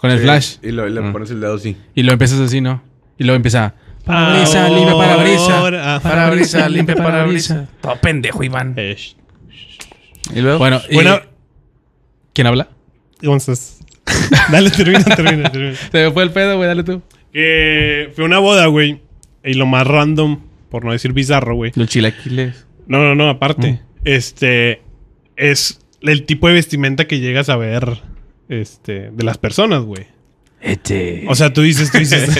B: Con el
C: Sí,
B: flash.
C: Y lo- le
B: Ah.
C: pones el dedo así.
B: Y lo empiezas así, ¿no? Y luego empieza. Parabrisa, limpia parabrisa.
D: Ah, Ahora, ajá.
A: Parabrisa,
B: Parabrisa,
A: limpia
B: limpia
A: parabrisa. Todo pendejo, Iván.
D: Eh, sh-
A: Y luego.
B: Bueno, y-
D: Bueno,
B: ¿quién habla?
D: entonces. Dale, termina, termina, termina.
B: Se me fue el pedo, güey, dale tú.
D: Que fue una boda, güey. Y lo más random, por no decir bizarro, güey.
A: Los chilaquiles.
D: No, no, no, aparte. Este es el tipo de vestimenta que llegas a ver este de las personas, güey.
A: Este.
D: O sea, tú dices, tú dices,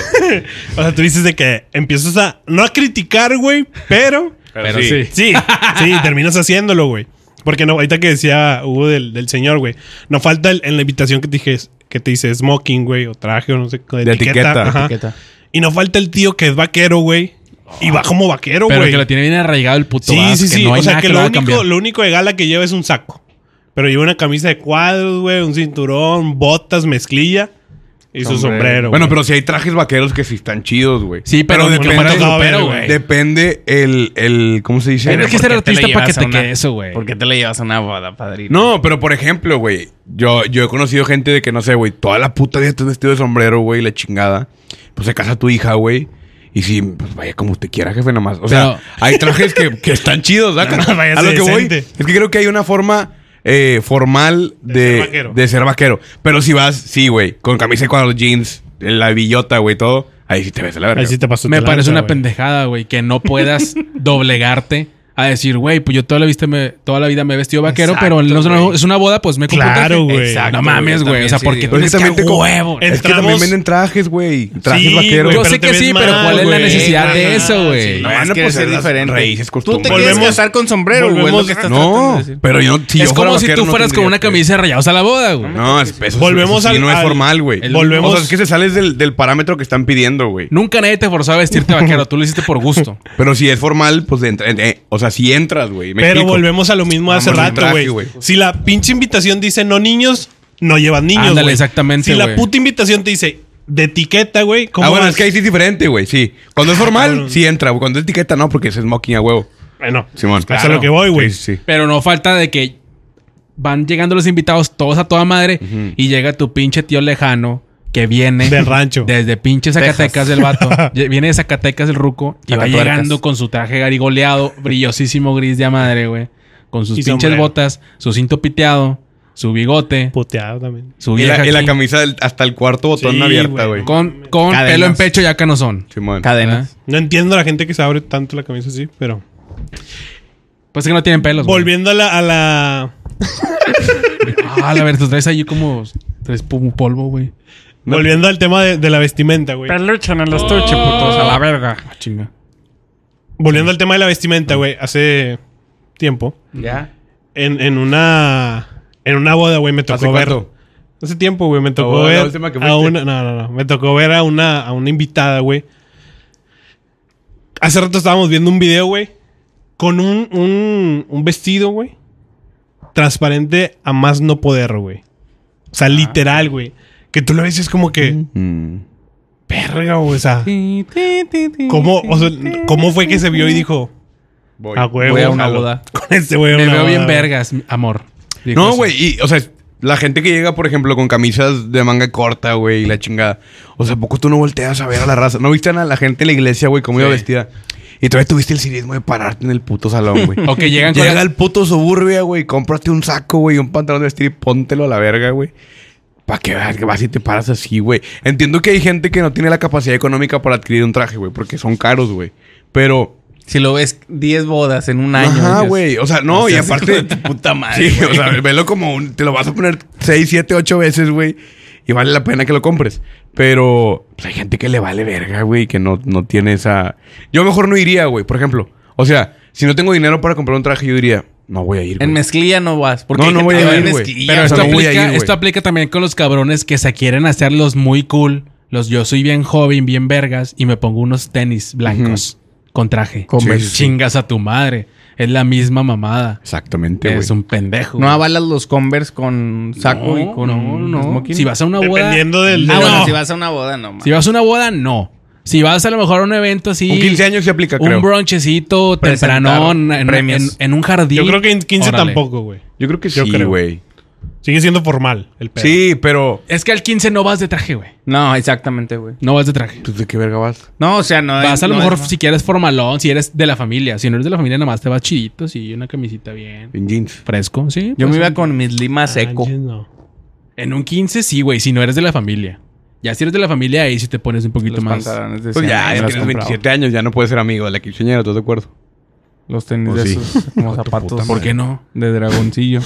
D: o sea, tú dices de que empiezas a no a criticar, güey, pero
B: Pero sí.
D: sí, sí, terminas haciéndolo, güey. Porque no, ahorita que decía Hugo del, del señor, güey, no falta el- en la invitación que te dije que te dice smoking, güey, o traje o no sé, de
C: De etiqueta.
D: ajá.
B: Etiqueta.
D: Y no falta el tío que es vaquero, güey, y va como vaquero, güey.
B: Pero que lo tiene bien arraigado el puto.
D: Sí,
B: vaso,
D: sí, sí.
B: Que no hay
D: o sea,
B: nada
D: que,
B: que lo
D: lo,
B: haga
D: único,
B: cambiar.
D: lo único de gala que lleva es un saco. Pero lleva una camisa de cuadros, güey, un cinturón, botas, mezclilla y su sombrero.
C: Bueno,
D: güey.
C: pero si hay trajes vaqueros que sí están chidos, güey.
B: Sí, pero no me
D: ha
C: depende,
D: tocado ver, güey.
C: depende el, el. ¿Cómo se dice?
B: Pero es que
A: ¿por
B: ser
A: qué te la
B: artista para que
A: llevas a
B: te
A: una-
B: quede eso, güey.
A: ¿Por qué te le llevas a una boda, padrino?
C: No, pero por ejemplo, güey, yo, yo he conocido gente de que, no sé, güey, toda la puta vida estás vestido de sombrero, güey, la chingada. Pues se casa tu hija, güey. Y si, pues vaya como usted quiera, jefe, nada más. O sea,
B: Pero-
C: hay trajes que, que están chidos, ¿verdad?
D: No, váyase
C: a lo que
D: decente.
C: voy. Es que creo que hay una forma eh, formal de, de,
D: ser
C: ser
D: vaquero.
C: vaquero. Pero si vas, sí, güey, con camisa y cuadros, jeans, la billota, güey, todo, ahí sí te ves a la verga.
D: Ahí sí te pasó.
B: Me
D: te lanza,
B: parece una
D: güey.
B: pendejada, güey, que no puedas doblegarte a decir, güey, pues yo toda la, vista me- toda la vida me he vestido vaquero,
A: Exacto,
B: pero no es una,
A: güey.
B: es una boda, pues me compro un
D: Claro,
B: traje.
D: güey.
A: Exacto.
B: No mames,
A: güey,
B: güey. O sea,
A: también
B: porque
A: sí.
C: Pero
B: tienes que
C: también
B: a
C: como-
B: huevo.
C: Es que también
D: Entramos-
C: venden trajes, güey. Trajes
D: Sí,
C: vaqueros.
D: güey,
B: Yo
D: pero
B: sé
D: te
B: que
D: ves
B: sí,
D: mal,
B: pero ¿cuál es la
D: güey.
B: necesidad
D: Ajá,
B: de eso,
D: sí.
B: güey?
A: No, es
C: Bueno,
A: que
C: pues,
A: ser
C: las
A: diferente.
C: raíces,
A: Tú te
C: costumbres.
A: quieres
D: Volvemos-
A: casar con sombrero, güey. es lo
D: volvemos-
A: que estás tratando de
C: No,
A: decir.
C: pero yo no. si yo
B: es como
C: fuera
B: si
C: vaquero,
B: tú
C: no
B: fueras con
C: tendría
B: una
C: que-
B: camisa de rayados a la boda, güey.
C: No, es, eso,
D: Volvemos
C: Volvemos al,
D: al-
C: no es
D: al-
C: formal, güey. O
D: volvemos-
C: sea, es que se sales del, del parámetro que están pidiendo, güey.
B: Nunca nadie te forzó a vestirte vaquero. Tú lo hiciste por gusto.
C: Pero si es formal, pues entra- eh, o sea, si entras, güey. me
D: Pero
C: explico. Ah,
D: volvemos a lo mismo de hace
C: Vamos, el
D: rato,
C: traje,
D: güey.
C: güey.
D: Si la pinche invitación dice no niños, no llevan niños,
B: Ándale,
D: güey.
B: exactamente,
D: Si la
B: güey.
D: puta invitación te dice de etiqueta, güey, ¿cómo
C: Ah, bueno,
D: vas?
C: es que ahí sí es diferente, güey. Sí. Cuando es formal,
D: cabrón.
C: sí entra, güey. Cuando es etiqueta, no, porque ese es smoking a huevo.
D: Bueno,
C: Simón.
D: Eso es lo que voy, güey.
C: Sí, sí, sí.
B: Pero no falta de que van llegando los invitados todos a toda madre y llega tu pinche tío lejano que viene
D: Del rancho.
B: desde pinche Zacatecas
A: Texas.
B: del vato. Lle- viene de Zacatecas el ruco y va
A: Zacatuercas.
B: llegando con su traje garigoleado, brillosísimo gris de a madre, güey. Con sus
D: Y
B: pinches
D: sombrero.
B: botas, su cinto piteado, su bigote,
D: puteado también.
B: su
C: Y
B: vieja
C: la, y la
B: aquí,
C: camisa del- hasta el cuarto botón
D: Sí,
C: abierta,
D: güey.
C: güey.
B: con, con
A: Cadenas.
B: pelo en pecho ya canosón.
C: Simón.
A: Cadenas.
D: No entiendo a la gente que se abre tanto la camisa así, pero...
B: Pues es que no tienen pelos. güey.
D: Volviendo a la... A la...
B: Ah, la verdad, tú traes ahí como tres pum- polvo, güey.
D: Volviendo al tema de, de la vestimenta, güey.
F: Peluche en el estuche,
C: Oh.
F: putos, a la verga.
B: Ah, chinga.
D: Volviendo al tema de la vestimenta, güey. Hace tiempo,
A: Ya.
D: en, en una... En una boda, güey, me tocó ver...
C: cuánto?
D: Hace tiempo, güey, me tocó
C: boda, la
D: ver...
C: última que
D: a
C: fuiste.
D: una, no, no, no. Me tocó ver a una, a una invitada, güey. Hace rato estábamos viendo un video, güey. Con un, un, un vestido, güey. Transparente a más no poder, güey. O sea, literal, güey. Que tú lo ves y es como que...
C: Mm.
D: Verga, güey. O sea... ¿Cómo, o sea, ¿Cómo fue que se vio y dijo...
C: Voy.
D: A huevo.
A: Voy a una
D: jalo.
A: boda.
D: Con este güey. a
B: Me
D: una
B: veo
D: boda,
B: bien
D: güey.
B: vergas, mi amor. Dijo
C: No,
B: eso.
C: güey, y, o sea, la gente que llega, por ejemplo, con camisas de manga corta, güey, y la chingada. O sea, ¿a poco tú no volteas a ver a la raza? ¿No viste a la gente en la iglesia, güey, cómo iba vestida? Y todavía tuviste el cinismo de pararte en el puto salón, güey.
B: O que llegan con
C: Llega
B: la-
C: al puto suburbia, güey, cómprate un saco, güey, un pantalón de vestir y póntelo a la verga, güey. Para que veas que vas y te paras así, güey. Entiendo que hay gente que no tiene la capacidad económica para adquirir un traje, güey, porque son caros, güey. Pero...
A: Si lo ves 10 bodas en un año.
C: Ajá,
A: dices,
C: güey. O sea, no, y aparte...
A: Puta madre.
C: Sí,
A: güey.
C: o sea, velo como un- Te lo vas a poner 6, 7, 8 veces, güey. Y vale la pena que lo compres. Pero pues, hay gente que le vale verga, güey, que no, no tiene esa. Yo mejor no iría, güey, por ejemplo. O sea, si no tengo dinero para comprar un traje, yo diría, no voy a ir. güey".
A: En mezclilla no vas. Porque
C: No,
A: hay
C: no voy
A: gente
C: a
A: que va
C: ir,
A: en
C: güey.
A: mezclilla.
B: Pero
C: o sea,
B: esto,
C: no voy a
B: aplica,
C: ir, güey.
B: esto aplica también con los cabrones que se quieren hacer los muy cool. Los yo soy bien joven, bien vergas y me pongo unos tenis blancos con traje.
C: Converse.
B: Sí, sí, sí. Chingas a tu madre. Es la misma mamada.
C: Exactamente, güey.
B: Es un pendejo.
A: No
B: güey.
A: avalas los Converse con saco y con
B: no, no.
A: smoking.
B: Si vas a una boda.
D: Dependiendo del.
A: Ah,
D: del-
A: bueno,
D: no.
A: si vas a una boda, no, man.
B: Si vas a una boda, no. Si vas a lo mejor a un evento así.
C: Un 15 años se aplica,
B: Un
C: creo.
B: bronchecito
A: Presentar
B: tempranón en,
A: premios.
B: en- en un jardín.
D: Yo creo que en 15
B: Órale.
D: tampoco, güey.
C: Yo creo que
D: Yo
C: sí,
D: creo.
C: güey.
D: Sigue siendo formal el pedo.
C: Sí, pero...
B: Es que al 15 no vas de traje, güey.
A: No, exactamente, güey.
B: No vas de traje.
C: ¿Tú pues, de qué verga vas?
A: No, o sea, no
B: Vas
A: es-
B: a lo
A: no
B: mejor
A: es-
B: si quieres formalón, si eres de la familia. Si no eres de la familia, nada más te vas chidito, sí, una camisita bien.
C: En jeans.
B: Fresco, sí.
A: Yo
B: pues,
A: me iba con mis limas seco.
D: Sánchez, Ah, no.
B: En un 15, sí, güey, si no eres de la familia. Ya si eres de la familia, ahí sí te pones un poquito
A: Los
B: más.
A: pantalones de
C: Pues ya,
A: cien, me
C: ya
A: los
C: tienes
A: compraba.
C: 27 años, ya no puedes ser amigo de la quinceañera, ¿estás de acuerdo?
A: Los tenis
C: Pues
A: de
C: sí.
A: esos como zapatos
B: ¿Por qué no?
A: de dragoncillo.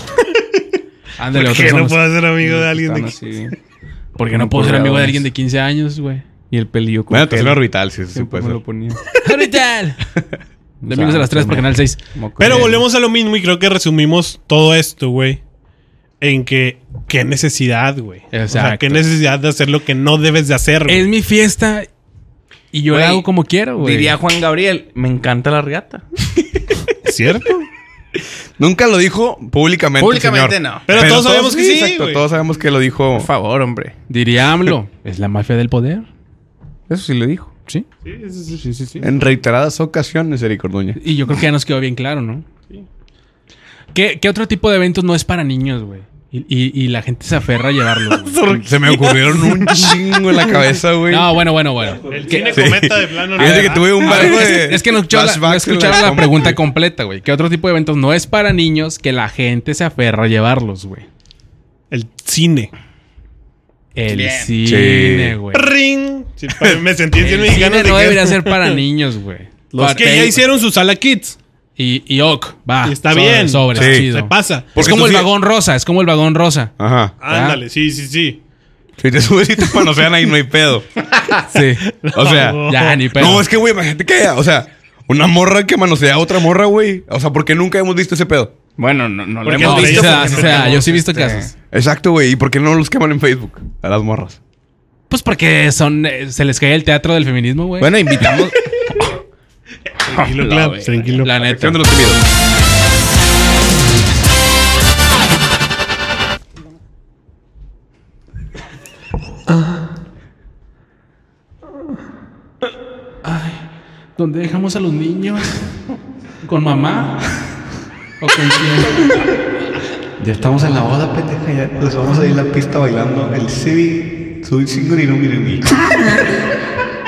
B: Ándale,
D: ¿Por
B: otros
D: qué
B: son
D: no
B: los-
D: puedo ser amigo de alguien de
A: Están
D: aquí?
A: así.
B: Porque no puedo ser amigo de alguien de 15 años, güey.
A: Y el pelillo con
C: Bueno,
A: gel.
C: tercero orbital, sí, sí puede
A: Siempre me
C: ser.
A: lo
B: pues, ¿eh?
A: ponía.
B: ¡Ahorita! De amigos de las 3 por Canal 6.
A: Moco
D: Pero
A: de-
D: volvemos a lo mismo y creo que resumimos todo esto, güey. En que, qué necesidad, güey. O sea,
B: Exacto.
D: qué necesidad de hacer lo que no debes de hacer, güey.
B: Es mi fiesta y yo
A: Güey,
B: la hago como quiero, güey.
A: Diría Juan Gabriel, me encanta la riata.
D: ¿Cierto?
C: Nunca lo dijo públicamente.
A: Públicamente
C: señor.
A: no.
D: Pero todos sabemos que sí,
C: Exacto,
D: güey.
C: todos sabemos que lo dijo.
A: Por favor, hombre.
B: Diría AMLO. Es la mafia del poder.
A: Eso sí lo dijo.
B: Sí.
C: En reiteradas ocasiones, Eric Orduña.
B: Y yo creo que ya nos quedó bien claro, ¿no? ¿Qué, qué otro tipo de eventos no es para niños, güey? Y, y- y la gente se aferra a llevarlo. güey.
C: Se me ocurrieron un chingo en la cabeza, güey.
B: No, bueno, bueno, bueno.
D: El cine cometa de plano.
C: Fíjate que
D: ¿verdad?
C: tuve un barco
B: Es,
C: de.
B: es que no escucharon la, no
C: flashbacks en
B: escucharon la
C: cama,
B: pregunta
C: güey.
B: completa, güey. ¿Qué otro tipo de eventos no es para niños que la gente se aferra a llevarlos, güey?
D: El cine.
B: El
A: Bien.
B: cine, güey.
D: ¡Ring! Sí, pa- me sentí en
B: El
D: mexicano.
B: cine
D: de
B: no
D: que-
B: debería ser para niños, güey.
D: Los que ya hicieron su sala kids.
B: Y, y ok, va.
D: Y está
B: sobre,
D: bien.
B: Sobre,
C: Sí.
B: chido.
D: Se pasa.
B: Es
C: Porque
B: como
C: tú
B: el
C: sí-
B: vagón rosa, es como el vagón rosa.
C: Ajá.
B: Ah.
D: Ándale, sí, sí, sí.
C: Si te subes y te panosean ahí, no hay pedo.
B: Sí.
C: O sea.
D: No.
B: Ya, ni pedo.
C: No, es que, güey, imagínate que. O sea, una morra que manosea a otra morra, güey. O sea, porque nunca hemos visto ese pedo.
A: Bueno, no, no lo
D: Porque
A: hemos
B: No,
D: entre
B: sí
A: visto
B: se da,
A: porque
B: sí
A: no
B: se da.
A: tenemos,
B: Yo sí he visto
A: este,
B: casos.
C: Exacto, güey. ¿Y por qué no los queman en Facebook? A las morras.
B: Pues porque son, eh, se les cae el teatro del feminismo, güey.
A: Bueno, invitamos.
D: Tranquilo,
A: La
D: Clap,
A: verga.
D: tranquilo.
B: la neta.
C: Sección de los temidos.
B: ¿Dónde dejamos a los niños? ¿Con mamá? ¿O con quién?
G: Ya estamos en la boda, pendeja. Ya nos vamos a ir a la pista bailando el Civi. Soy Singurirumi.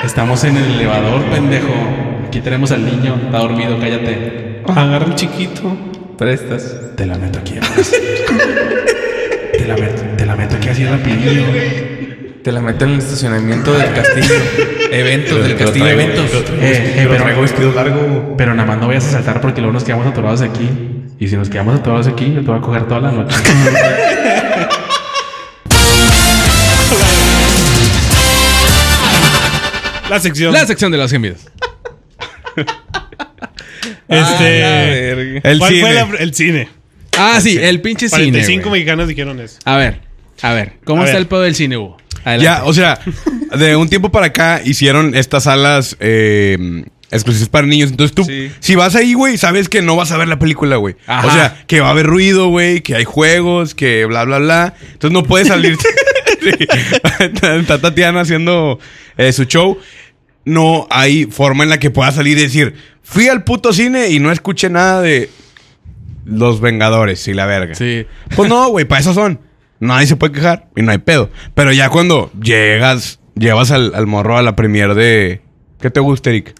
B: Estamos en el elevador, pendejo. Aquí tenemos al niño. Está dormido, cállate.
D: Agarra un chiquito.
A: Prestas.
B: Te la meto aquí. te, la meto, te la meto aquí así rapidillo.
A: Te la meto en el estacionamiento del castillo. eventos del castillo, eventos.
B: Eh, eh, pero, pero nada más no vayas a saltar porque luego nos quedamos atorados aquí. Y si nos quedamos atorados aquí, yo te voy a coger toda la noche.
D: La sección.
B: la sección de las gemidas.
D: Este.
C: El
D: ¿Cuál fue
C: cine.
D: la- el cine?
B: Ah, sí, el pinche cine.
D: 45
B: güey.
D: mexicanos dijeron eso.
B: A ver, a ver. ¿Cómo
D: A
B: está
D: ver.
B: el pedo del cine, Hugo?
C: Ya, o sea, de un tiempo para acá hicieron estas salas eh, exclusivas para niños. Entonces tú, si vas ahí, güey, sabes que no vas a ver la película, güey.
B: Ajá.
C: O sea, que va a haber ruido, güey, que hay juegos, que bla, bla, bla. Entonces no puedes salir. Sí. Está Tatiana haciendo eh, su show. No hay forma en la que pueda salir y decir, fui al puto cine y no escuché nada de Los Vengadores y la verga.
B: Sí.
C: Pues no, güey, para eso son. Nadie se puede quejar y no hay pedo. Pero ya cuando llegas, llevas al, al morro a la premier de. ¿Qué te gusta, Eric?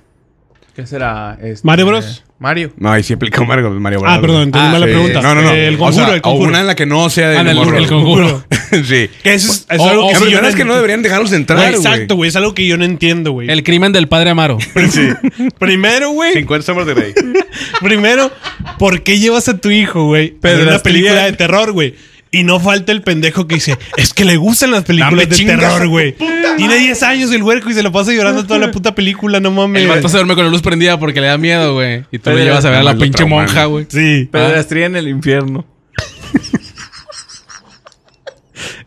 A: ¿Qué será? Este,
D: Mario Bros.
A: Mario.
C: No, ahí sí aplica Mario, Mario Bros.
D: Ah, perdón, entendí
A: Ah,
D: mal la
C: Sí.
D: pregunta. Eh,
C: No, no, no.
D: El
C: o,
D: conjuro,
C: sea,
D: el
C: o
D: conjuro.
C: una en la que no sea de
B: Ándale, el conjuro.
C: sí.
D: Que eso es, es
B: O-
D: algo
B: o-
D: que
C: La
D: sí yo
C: verdad es que no
D: no entiendo.
C: deberían dejarlos entrar,
D: Güey,
C: güey.
D: Exacto, güey. Es algo que yo no entiendo, güey.
B: El crimen del padre Amaro.
D: Primero, güey.
C: 50 sombras de Grey.
D: primero, ¿por qué llevas a tu hijo, güey? Pero
C: Pero
D: una
C: las
D: película
C: tenían.
D: de terror, güey. Y no falta el pendejo que dice, es que le gustan las películas
C: Dame
D: de
C: chingas a
D: terror,
C: tu
D: güey. Tiene 10 años el huerco y se lo pasa llorando toda la puta película, no mames.
B: El vato se duerme con la luz prendida porque le da miedo, güey. Y tú
A: Pero
B: lo llevas a ver a la
C: además lo
B: pinche
C: trauman.
B: monja, güey.
D: Sí.
A: Pedastría en el infierno.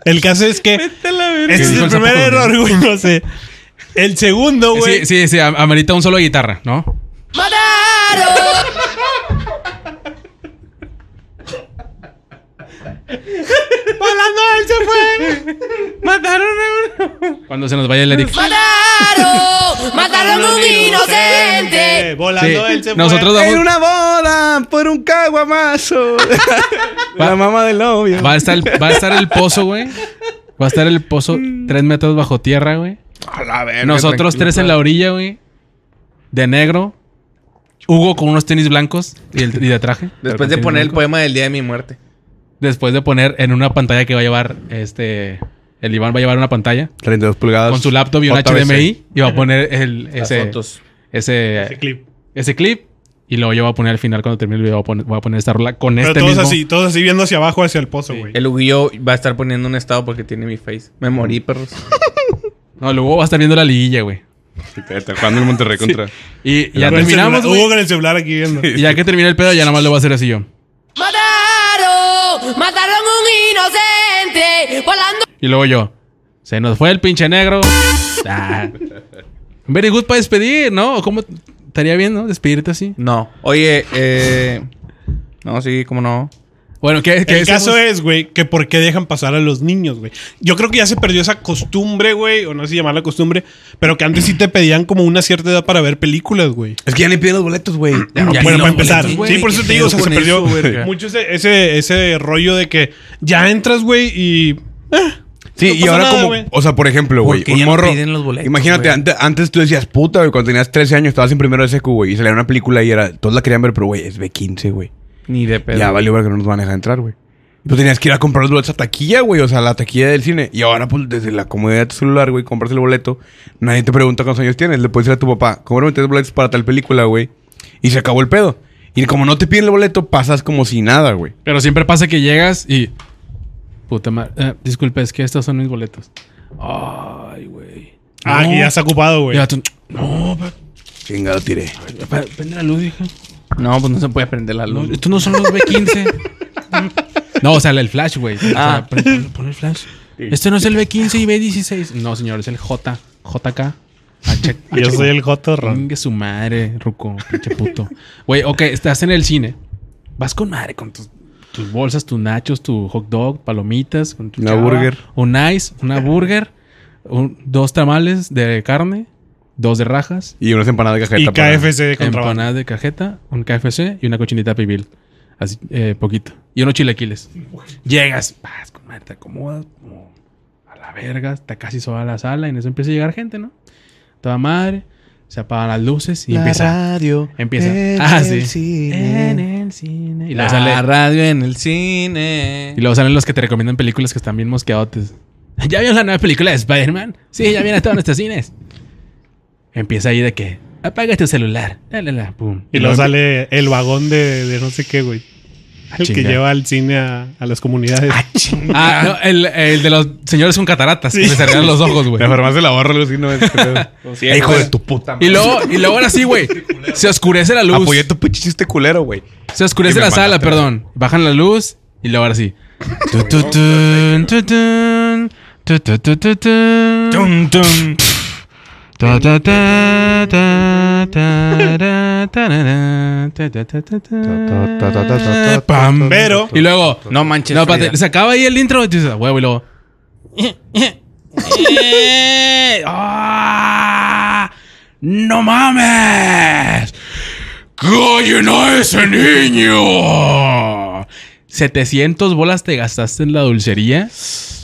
D: El caso es que ese es
B: Sí,
D: el
B: con
D: primer
B: zapatos,
D: error, güey, no sé. El segundo, güey.
B: Sí, sí, sí, am- amerita un solo de guitarra, ¿no?
D: ¡Volando él se fue!
B: ¡Mataron a uno! Cuando se nos vaya el Eric.
H: ¡Mataron! ¡Mataron a un inocente!
D: Eh, volando
B: Sí.
D: él se
B: Nosotros
D: fue.
B: damos-
C: En una boda por un caguamazo. la mamá del novio.
B: Va a estar el, va a estar el pozo, güey. Va a estar el pozo tres metros bajo tierra, güey.
C: A la verga,
B: Nosotros
C: tranquilo,
B: tres en la orilla, güey. De negro. Hugo con unos tenis blancos y, el, y de traje.
A: Después de
B: Tenis
A: poner el
B: blanco.
A: poema del día de mi muerte.
B: Después de poner en una pantalla que va a llevar este. El Iván va a llevar una pantalla
C: 32 pulgadas.
B: con su laptop y un
C: JVC.
B: HDMI y va a poner el,
A: Las
B: ese,
A: fotos.
D: Ese
B: ese,
D: clip.
B: ese clip. Y luego yo voy a poner al final, cuando termine el video, voy a poner, voy a poner esta rola con
D: Pero
B: este
D: todos
B: mismo.
D: así, todos así viendo hacia abajo, hacia el pozo,
B: Sí.
D: güey.
A: El Huguillo va a estar poniendo un estado porque tiene mi face. Me morí, perros.
B: No, luego va a estar viendo la liguilla, güey.
C: Fíjate, Jugando el Monterrey contra.
B: Y y ya
D: Con el
B: terminamos,
D: celular-
B: güey.
D: Hugo con el celular aquí viendo.
B: Y ya que termine el pedo, ya nada más lo voy a hacer así yo.
H: ¡Mataron! ¡Mataron a un inocente! ¡Volando!
B: Y luego yo. Se nos fue el pinche negro. Ah. Very good para despedir, ¿no? ¿Cómo estaría bien, no? Despedirte así.
A: No. Oye, eh. No, sí, cómo no.
B: Bueno, ¿qué, qué
D: El caso
B: hacemos?
D: es, güey, que por qué dejan pasar a los niños, güey. Yo creo que ya se perdió esa costumbre, güey, o no sé si llamarla costumbre, pero que antes sí te pedían como una cierta edad para ver películas, güey.
C: Es que ya le piden los boletos, güey. Ya no
A: Ya ni
D: bueno, para
A: los
D: empezar.
A: boletos,
D: sí,
A: güey,
D: por eso
A: qué
D: te digo, o sea,
A: pedo
D: se
A: con
D: perdió
A: eso, verga.
D: mucho ese, ese, ese rollo de que ya entras, güey, y. eh,
C: Sí,
D: no
C: y
D: pasa
C: ahora
D: nada,
C: como,
D: güey.
C: o sea, por ejemplo, güey,
A: Porque
C: un
A: ya no
C: morro.
A: piden los boletos,
C: imagínate,
A: güey.
C: ante- antes tú decías, puta, güey, cuando tenías 13 años, estabas en primero de SQ, güey, y salía una película y era, todos la querían ver, pero güey, es B15, güey.
A: Ni de pedo.
C: Ya valió ver que no nos van a dejar entrar, güey. Y pues tenías que ir a comprar los boletos a taquilla, güey, o sea, la taquilla del cine. Y ahora, pues, desde la comodidad de tu celular, güey, compras el boleto, nadie te pregunta cuántos años tienes, le puedes decir a tu papá, cómprame tres boletos para tal película, güey. Y se acabó el pedo. Y como no te piden el boleto, pasas como si nada, güey.
B: Pero siempre pasa que llegas y. Puta madre. Eh, disculpe, es que estos son mis boletos. Ay, güey.
D: Ah,
B: No.
D: que ya está ocupado, güey. Ah,
B: Ya tú- No, pa-
C: Chingado, tiré.
B: pa- prende la luz, hija.
A: No, pues no se puede prender la
B: No,
A: luz.
B: estos no son los B15. no, o sea, el flash, güey. O sea,
A: Ah.
B: pon, pon- pon el flash. Este no es el B15 y B16. No, señor, es el J. JK. H-
D: Y Yo
B: H-
D: soy el Jotorro.
B: Chingue su madre, Ruco, pinche puto. Güey, ok, estás en el cine. Vas con madre, con tus, tus bolsas, tus nachos, tu hot dog, palomitas, con tu
C: Una burger.
B: Un ice, una burger, un- dos tamales de carne, dos de rajas,
C: Y unas empanadas de cajeta.
D: Y
C: para-
D: KFC de contrabando.
B: empanadas de cajeta, un KFC y una cochinita pibil. Así, eh, poquito. Y unos chilaquiles. Llegas, vas, con madre, te acomodas, como a la verga, está casi sola la sala. Y en eso empieza a llegar gente, ¿no? Toda madre, se apagan las luces y empieza.
E: radio.
B: Empieza.
E: en
B: ah,
E: el
B: sí.
E: cine.
B: En el cine. Y
A: La
B: luego, sale-
A: radio en el cine.
B: y luego salen los que te recomiendan películas que están bien mosqueadotes. ¿Ya vieron la nueva película de Spider-Man? Sí, ya viene a todos nuestros cines. Empieza ahí de que apaga tu celular. La, la, la, pum.
D: Y luego
B: empe-
D: sale el vagón de, de no sé qué, güey.
C: Ah,
D: El que
B: chinga.
D: lleva al cine a, a las comunidades.
B: Ah, no, el, el de los señores con cataratas. que Le cerraron los ojos, güey.
C: La farmacia de la barra, algo así, no es. Eh, hijo de tu puta
B: Y
C: madre.
B: luego, y luego ahora sí, güey. Se oscurece la luz.
C: Apoyé tu pinche chiste culero, güey.
B: Se oscurece
C: Y me
B: la sala,
C: mandaste,
B: perdón. Bajan la luz y luego ahora sí. Tu, tu, tun, tu, tun, tu, tu, tu, tu, tun. Ta, ta, ta, ta, ta, ra, ta, ra, ra, ta, ta, ta, ta, ta. Pam.
D: Pero-
B: Y luego.
A: No manches.
B: No,
A: Frida.
B: espérate, se acaba ahí el intro y tú dices, huevo, y luego. "Eh, ¡Ah! ¡No mames! ¡Coño, no ese niño! 700 bolas te gastaste en la dulcería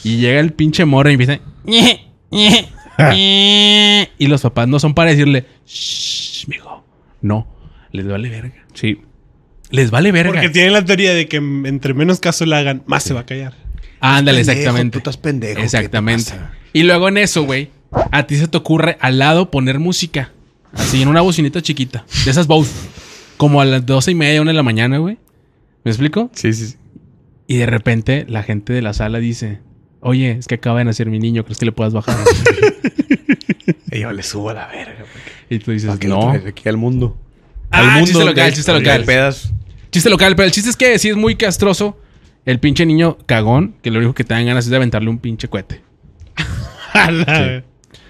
B: y llega el pinche morro y empieza. y los papás no son para decirle, shh, mijo, no, les vale verga.
A: Sí.
B: Les vale verga.
D: Porque tienen la teoría de que mm, entre menos caso le hagan, más se va a callar.
B: Ándale,
E: Pendejo,
B: exactamente.
E: Tú estás pendejo. ¿qué te
B: Exactamente.
E: pasa?
B: Y luego en eso, güey, a ti se te ocurre al lado poner música. Así, en una bocinita chiquita. De esas Bose. Como a las doce y media, una de la mañana, güey. ¿Me explico?
C: Sí, sí, sí.
B: Y de repente la gente de la sala dice... Oye, es que acaba de nacer mi niño, ¿crees que le puedas bajar?
C: Y yo le subo a la verga, güey.
B: y tú dices,
C: ¿Para qué lo
B: no.
C: traes aquí al mundo?
B: Ah,
C: al mundo.
B: chiste local,
C: de-
B: chiste
C: de
B: local.
C: pedas.
B: Chiste local, pero el chiste es que sí es muy castroso el pinche niño cagón, que lo único que te dan ganas es de aventarle un pinche cohete.
D: A la-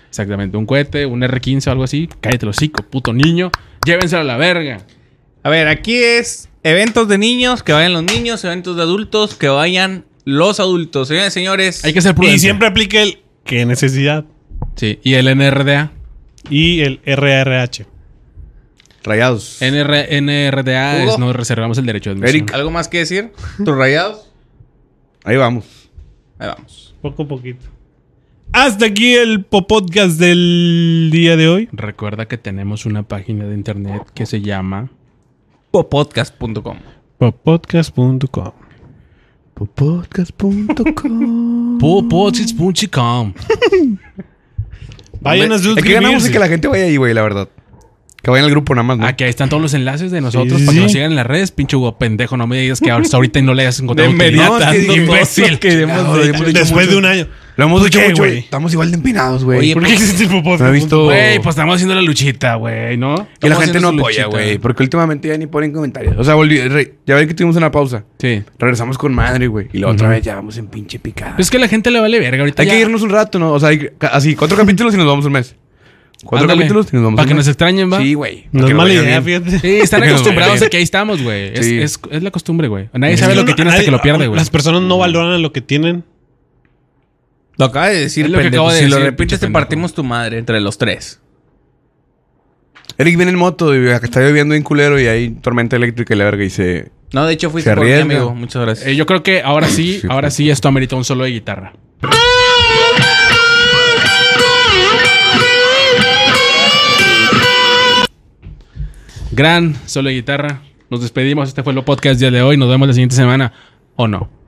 B: Exactamente, un cohete, un R15 o algo así. Cállate los hocico, puto niño. Llévenselo a la verga.
A: A ver, aquí es eventos de niños, que vayan los niños, eventos de adultos, que vayan los adultos. Señores, señores.
B: Hay que ser prudente.
D: Y siempre aplique el qué necesidad
B: Sí. Y el NRDA.
D: y el RRH.
C: Rayados.
B: NR NRDA es
A: Hugo.
B: no reservamos el derecho de admisión.
C: Eric.
A: ¿Algo más que decir? ¿Tus rayados?
C: Ahí vamos.
A: Ahí vamos.
D: Poco a poquito. Hasta aquí el podcast del día de hoy.
B: Recuerda que tenemos una página de internet que se llama
A: Popodcast.com.
D: Podcast.com.
E: Podcast.com.
B: popodcast.com.
D: Vayan a
C: El que ganamos es
D: suscribirse.
C: que la gente vaya ahí, güey, la verdad. Que vayan al grupo nada más, ¿no?
B: Aquí ahí están todos los enlaces de nosotros
D: Sí,
B: para
D: sí,
B: que nos
D: sí.
B: sigan en las redes. Pinche Hugo pendejo, no me digas que ahora- ahorita no le hayas encontrado
A: De
B: utilidad.
A: inmediato,
B: Tanto
A: imbécil.
B: imbécil.
C: que hemos- hemos dicho
D: Después
C: mucho.
D: de un año.
C: Lo hemos dicho
D: ¿Por qué,
C: mucho,
D: güey?
C: Estamos igual de empinados, güey.
A: Oye,
D: ¿Por qué existe el podcast?
C: No he visto-
B: pues, Güey, pues estamos haciendo la luchita, güey, ¿no?
C: Que la
A: Estamos
C: gente no
A: haciendo su
C: apoya,
A: luchita.
C: güey. Porque últimamente ya ni ponen comentarios. O sea, volví- re- ya ven que tuvimos una pausa.
B: Sí.
C: Regresamos con madre, güey. Y la otra vez ya vamos en pinche picada.
B: Pues Es que a la gente le vale verga ahorita.
C: hay
B: ya.
C: que irnos un rato, ¿no? O sea, hay- ca- así, cuatro capítulos y nos vamos un mes. Cuatro
B: Ándale.
C: capítulos y nos vamos
B: Para
C: un
B: que
C: mes.
B: nos extrañen, va.
C: Sí, güey.
D: No es
C: Que
D: mala
C: vaya
D: idea,
C: bien.
D: fíjate.
B: Sí, están
C: Que nos
B: acostumbrados
C: vale.
B: a que ahí estamos, güey. Es,
C: Sí.
B: es- es la costumbre, güey. Nadie sabe lo que
D: No,
B: tiene hasta
D: nadie-
B: que lo
C: Ah,
B: pierde, güey.
D: Las personas no valoran lo que tienen.
A: Lo acaba de decir,
B: Es lo que
A: pendejo.
B: acabo de
A: si lo
B: decir,
A: repites,
B: pinche
A: te partimos tu madre entre los tres.
C: Eric viene en moto y acá está lloviendo en culero y hay tormenta eléctrica y la verga y se...
A: No, de hecho, fuiste
C: Se
A: por mí,
C: arriesga.
A: amigo. Muchas gracias.
B: Eh, yo creo que ahora sí,
C: Sí,
B: ahora sí, esto amerita un solo de guitarra. Gran solo de guitarra. Nos despedimos. Este fue el podcast del día de hoy. Nos vemos la siguiente semana. ¿O no?